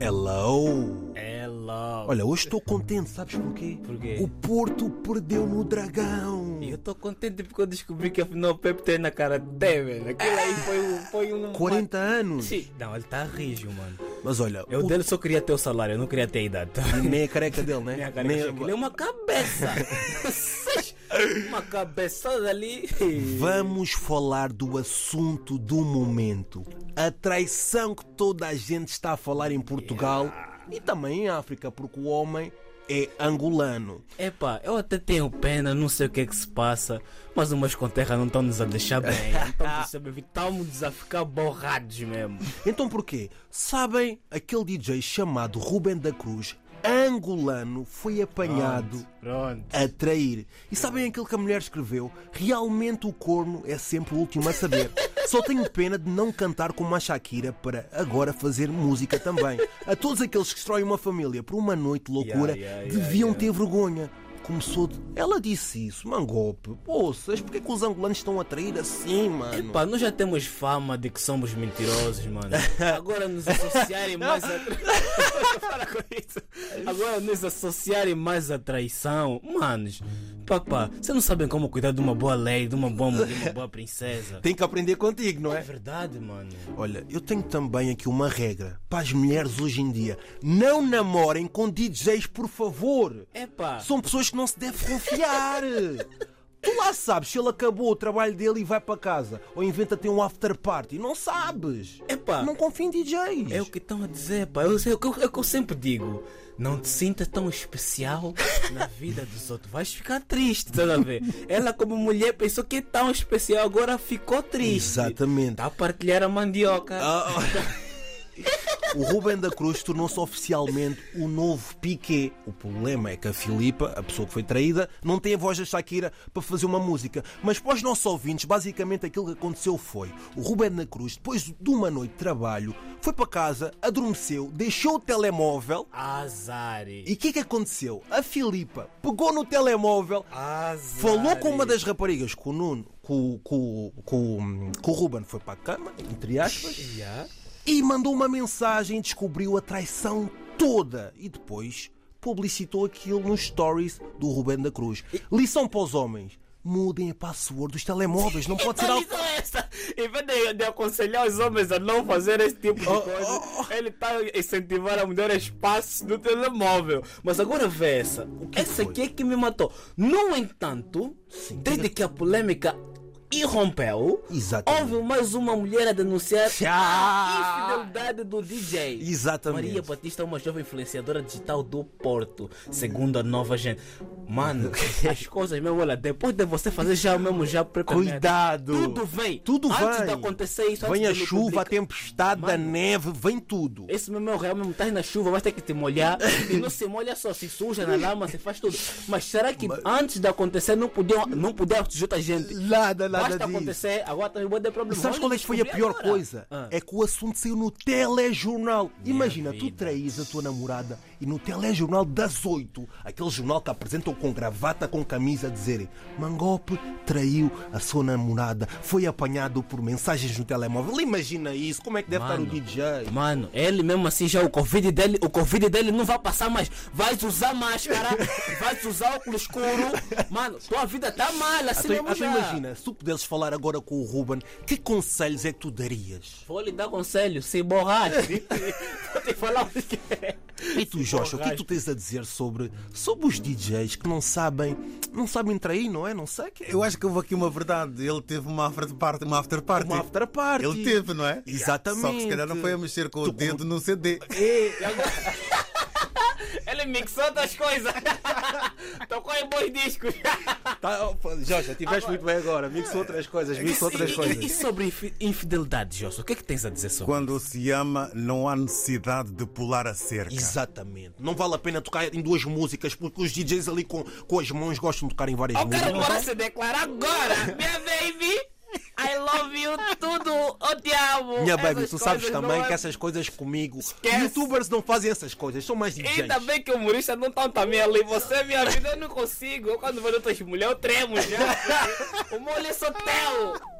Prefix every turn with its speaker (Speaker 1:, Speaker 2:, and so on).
Speaker 1: Hello!
Speaker 2: É Hello.
Speaker 1: Olha, hoje estou contente, sabes porquê?
Speaker 2: Porquê?
Speaker 1: O Porto perdeu no Dragão!
Speaker 2: Eu estou contente porque eu descobri que afinal o Pepe tem na cara até, velho. Aquilo aí foi, um- foi um.
Speaker 1: 40 anos!
Speaker 2: Sim. Não, ele tá rijo, mano.
Speaker 1: Mas olha,
Speaker 2: Eu
Speaker 1: o
Speaker 2: dele só queria ter o salário, eu não queria ter a idade.
Speaker 1: meia careca dele, né?
Speaker 2: Minha cara, aquilo é uma cabeça. uma cabeçada ali.
Speaker 1: Vamos falar do assunto do momento. A traição que toda a gente está a falar em Portugal e também em África, porque o homem é angolano.
Speaker 2: Epá, eu até tenho pena, não sei o que é que se passa, mas os meus conterra não estão-nos a deixar bem, Então, não estão-nos a deixar bem, estamos a um ficar borrados mesmo.
Speaker 1: Então porquê? Sabem, aquele DJ chamado Ruben da Cruz, angolano, foi apanhado
Speaker 2: Pronto.
Speaker 1: a trair. E sabem aquilo que a mulher escreveu? Realmente o corno é sempre o último a saber. Só tenho pena de não cantar como a Shakira para agora fazer música também. A todos aqueles que destroem uma família por uma noite de loucura,
Speaker 2: Yeah, yeah, yeah,
Speaker 1: deviam ter vergonha. Começou de... Ela disse isso, Mangope. Poças, porquê que os angolanos estão a trair assim, mano?
Speaker 2: Epá, nós já temos fama de que somos mentirosos, mano. Agora nos associarem mais a Para com isso. Agora nos associarem mais à traição, manos. Papá, vocês não sabem como cuidar de uma boa lei, de uma boa mulher, de uma boa princesa.
Speaker 1: Tem que aprender contigo, não
Speaker 2: É
Speaker 1: é?
Speaker 2: verdade, mano.
Speaker 1: Olha, eu tenho também aqui uma regra para as mulheres hoje em dia. Não namorem com DJs, por favor.
Speaker 2: Epá.
Speaker 1: São pessoas que não se deve confiar. tu lá sabes se ele acabou o trabalho dele e vai para casa. Ou inventa ter um after party. Não sabes.
Speaker 2: Epá.
Speaker 1: Não confia em DJs.
Speaker 2: É o que estão a dizer, pá. Eu sei, é o que eu, é o que eu sempre digo. Não te sinta tão especial na vida dos outros. Vais ficar triste, estás a ver? Ela, como mulher, pensou que é tão especial, agora ficou triste.
Speaker 1: Exatamente.
Speaker 2: Está a partilhar a mandioca.
Speaker 1: Ah, oh. O Ruben da Cruz tornou-se oficialmente o novo Piqué. O problema é que a Filipa, a pessoa que foi traída, não tem a voz da Shakira para fazer uma música. Mas para os nossos ouvintes, basicamente aquilo que aconteceu foi: o Ruben da Cruz, depois de uma noite de trabalho, foi para casa, adormeceu, deixou o telemóvel.
Speaker 2: Azare.
Speaker 1: E o que é que aconteceu? A Filipa pegou no telemóvel,
Speaker 2: Azare.
Speaker 1: Falou com uma das raparigas, com o Nuno, com, com, com, com o Ruben, foi para a cama, entre aspas,
Speaker 2: Yeah.
Speaker 1: e mandou uma mensagem, descobriu a traição toda e depois publicitou aquilo nos stories do Ruben da Cruz. Lição para os homens: mudem a password dos telemóveis, não pode ser algo.
Speaker 2: Isso é essa. Em vez de, de aconselhar os homens a não fazer esse tipo de coisa, ele está a incentivar a mulher a espaço do telemóvel. Mas agora vê essa. essa
Speaker 1: foi?
Speaker 2: aqui é que me matou. No entanto, desde que a polêmica irrompeu,
Speaker 1: Exatamente.
Speaker 2: houve mais uma mulher a denunciar
Speaker 1: Ah!
Speaker 2: a infidelidade do DJ.
Speaker 1: Exatamente.
Speaker 2: Maria Batista é uma jovem influenciadora digital do Porto, segundo a nova gente. Mano, as coisas mesmo, olha, depois de você fazer já é o mesmo já preparado.
Speaker 1: Cuidado!
Speaker 2: Tudo vem.
Speaker 1: Tudo
Speaker 2: Antes
Speaker 1: vem.
Speaker 2: de acontecer isso,
Speaker 1: Vem
Speaker 2: antes
Speaker 1: a
Speaker 2: de ele
Speaker 1: chuva, a
Speaker 2: publicar.
Speaker 1: tempestade, a
Speaker 2: é Mano.
Speaker 1: neve, vem tudo.
Speaker 2: Esse mesmo é o real mesmo, estás na chuva, vais ter que te molhar. E não se molha só, se suja na lama, se faz tudo. Mas será que antes de acontecer não podiam, não puderam juntar gente?
Speaker 1: Nada, nada
Speaker 2: Basta
Speaker 1: disso.
Speaker 2: acontecer, agora também vai ter problema.
Speaker 1: Sabes
Speaker 2: Olha,
Speaker 1: qual é que foi a
Speaker 2: descobri
Speaker 1: pior
Speaker 2: agora.
Speaker 1: coisa?
Speaker 2: Ah.
Speaker 1: É que o assunto saiu no telejornal. Imagina, tu
Speaker 2: vida.
Speaker 1: traís a tua namorada e no telejornal das 8, aquele jornal que apresentam com gravata, com camisa, a dizerem Mangope traiu a sua namorada, foi apanhado por mensagens no telemóvel. Imagina isso, como é que deve estar
Speaker 2: Mano.
Speaker 1: o DJ?
Speaker 2: Mano, ele mesmo assim já o Covid dele, o Covid dele não vai passar mais. Vai usar máscara, vai usar óculos escuro. Mano, tua vida tá mal, assim
Speaker 1: Então,
Speaker 2: mesmo
Speaker 1: então
Speaker 2: já.
Speaker 1: imagina, se tu pudesses falar agora com o Ruben, que conselhos é que tu darias?
Speaker 2: Vou lhe dar conselho, se borrache. Vou te falar o que é.
Speaker 1: E tu, Joshua, o que é que tu tens a dizer sobre, sobre os DJs que não sabem, não sabem trair, não é? Não sei que
Speaker 3: Eu acho que houve aqui uma verdade. Ele teve uma after party. Uma after party.
Speaker 1: Uma after party.
Speaker 3: Ele teve, não é?
Speaker 1: Exatamente.
Speaker 3: Só que se calhar não foi a mexer com o dedo num CD.
Speaker 2: Ele mixou outras coisas. Tocou em bons discos.
Speaker 1: Tá, Jorge, tiveste muito bem agora. Mixa outras coisas, mixa outras
Speaker 2: E- E, e
Speaker 1: coisas.
Speaker 2: sobre infi- infidelidade, Josso, o que é que tens a dizer sobre?
Speaker 3: Quando se ama, não há necessidade de pular a cerca.
Speaker 1: Exatamente. Não vale a pena tocar em duas músicas, porque os DJs ali com, com as mãos gostam de tocar em várias
Speaker 2: Eu quero
Speaker 1: músicas.
Speaker 2: agora se declarar agora. Minha baby, I love you tudo. Eu te amo.
Speaker 1: Minha baby,
Speaker 2: Essas
Speaker 1: tu sabes
Speaker 2: coisas
Speaker 1: também
Speaker 2: não é-
Speaker 1: que essas coisas comigo.
Speaker 2: Esquece.
Speaker 1: Youtubers não fazem essas coisas, são mais DJs.
Speaker 2: Ainda bem que o humorista não tá também ali. Você, minha vida, eu não consigo. Eu, quando vejo outras mulheres, eu tremo já. O molho é só teu.